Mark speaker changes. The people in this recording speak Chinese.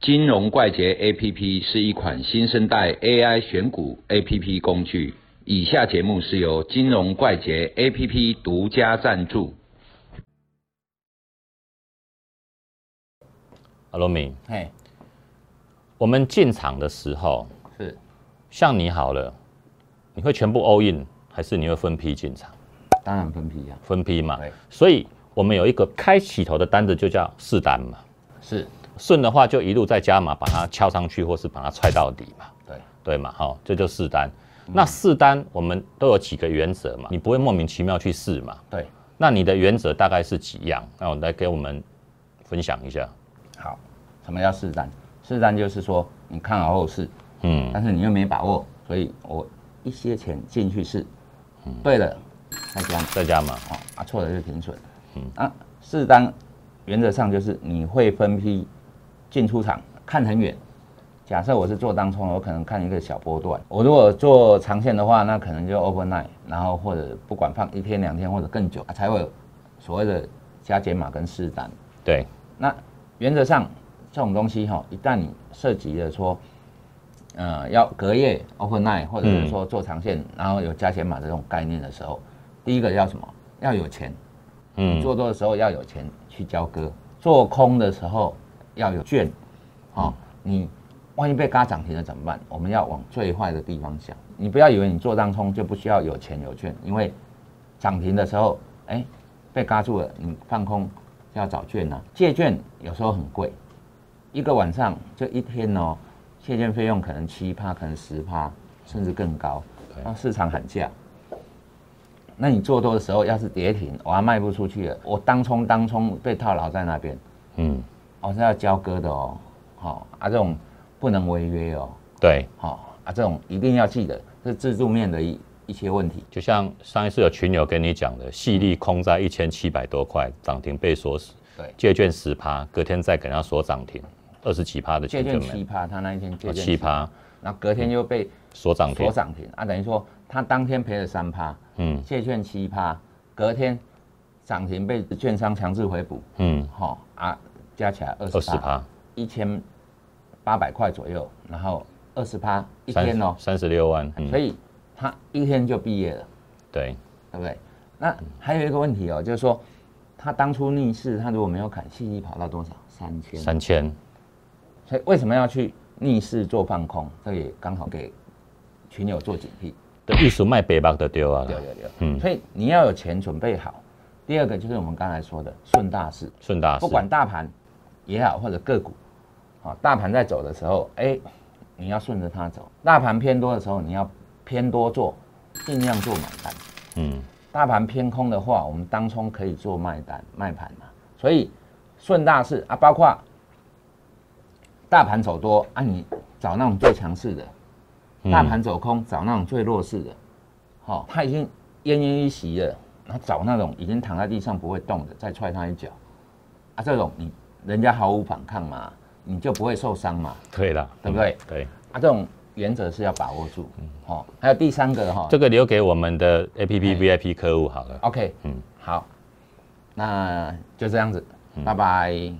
Speaker 1: 金融怪杰 APP 是一款新生代 AI 选股 APP 工具。以下节目是由金融怪杰 APP 独家赞助。
Speaker 2: 阿罗明，
Speaker 3: 嘿，
Speaker 2: 我们进场的时候，
Speaker 3: 是
Speaker 2: 像你好了，你会全部 all in，还是你会分批进场？
Speaker 3: 当然分批啊，
Speaker 2: 分批嘛
Speaker 3: 对。
Speaker 2: 所以我们有一个开起头的单子，就叫试单嘛。
Speaker 3: 是
Speaker 2: 顺的话就一路再加码，把它敲上去，或是把它踹到底嘛，
Speaker 3: 对，
Speaker 2: 对嘛？好、这就试单。那试单我们都有几个原则嘛，你不会莫名其妙去试嘛？
Speaker 3: 对，
Speaker 2: 那你的原则大概是几样？那我来给我们分享一下。
Speaker 3: 好，什么叫试战？试战就是说你看好后市，
Speaker 2: 嗯，
Speaker 3: 但是你又没把握，所以我一些钱进去试，对了，再加
Speaker 2: 再加码，
Speaker 3: 哦，啊错了就停损，嗯，啊适当原则上就是你会分批进出场，看很远。假设我是做当冲，我可能看一个小波段。我如果做长线的话，那可能就 overnight，然后或者不管放一天两天或者更久，啊才会有所谓的加减码跟试单。
Speaker 2: 对，
Speaker 3: 那原则上这种东西哈，一旦你涉及了说，呃，要隔夜 overnight，或者是说做长线，然后有加钱码这种概念的时候，第一个要什么？要有钱。
Speaker 2: 嗯，
Speaker 3: 做多的时候要有钱去交割，做空的时候要有券。哦，你万一被嘎涨停了怎么办？我们要往最坏的地方想。你不要以为你做当冲就不需要有钱有券，因为涨停的时候，哎、被嘎住了，你放空就要找券呐、啊借券有时候很贵，一个晚上就一天哦，借券费用可能七趴，可能十趴，甚至更高。那市场喊价，那你做多的时候要是跌停，我还卖不出去了，我当冲当冲被套牢在那边，
Speaker 2: 嗯，
Speaker 3: 我、是要交割的哦。好、啊，这种不能违约哦。
Speaker 2: 对，
Speaker 3: 好、啊，这种一定要记得，这是自助面的一一些问题。
Speaker 2: 就像上一次有群友跟你讲的，细粒空在一千七百多块，涨停被锁死，
Speaker 3: 对
Speaker 2: 借券十趴，隔天再给他锁涨停，二十几趴的
Speaker 3: 借
Speaker 2: 钱就
Speaker 3: 券
Speaker 2: 没
Speaker 3: 七
Speaker 2: 了，
Speaker 3: 趴，他那一天借
Speaker 2: 哦
Speaker 3: 券
Speaker 2: 七，趴嗯
Speaker 3: 然后隔天又被
Speaker 2: 锁涨停
Speaker 3: 所，涨停啊，等于说他当天赔了三趴，
Speaker 2: 嗯
Speaker 3: 借券七趴，隔天涨停被券商强制回补，
Speaker 2: 嗯，
Speaker 3: 好、啊，加起来二
Speaker 2: 二十
Speaker 3: 十趴，
Speaker 2: 趴，
Speaker 3: 一千八百块左右，然后二十趴一
Speaker 2: 三
Speaker 3: 天哦，
Speaker 2: 三十六万，嗯
Speaker 3: 所以他一天就毕业了，
Speaker 2: 对，
Speaker 3: 对不对？那还有一个问题哦，就是说他当初逆势，他如果没有砍，细力跑到多少？三千。
Speaker 2: 三千，
Speaker 3: 所以为什么要去逆势做放空？这也刚好给群友做警惕。
Speaker 2: 的艺术卖北巴的丢啊，
Speaker 3: 有有有，
Speaker 2: 嗯
Speaker 3: 所以你要有钱准备好。第二个就是我们刚才说的顺大势，
Speaker 2: 顺大市
Speaker 3: 不管大盘也好或者个股，啊，大盘在走的时候，哎、你要顺着它走；大盘偏多的时候，你要偏多做，尽量做买单。
Speaker 2: 嗯，
Speaker 3: 大盘偏空的话，我们当冲可以做卖单卖盘嘛。所以顺大势啊，包括大盘走多啊，你找那种最强势的；
Speaker 2: 嗯
Speaker 3: 大盘走空，找那种最弱势的。好、他已经奄奄一息了，那找那种已经躺在地上不会动的，再踹他一脚。啊，这种你人家毫无反抗嘛，你就不会受伤嘛。
Speaker 2: 对啦，
Speaker 3: 对不对
Speaker 2: 嗯对，
Speaker 3: 啊，这种原则是要把握住。好、还有第三个哈、
Speaker 2: 这个留给我们的 A P P
Speaker 3: 哎
Speaker 2: V I P 客户好了。
Speaker 3: OK，
Speaker 2: 嗯
Speaker 3: 嗯，好，那就这样子，拜拜。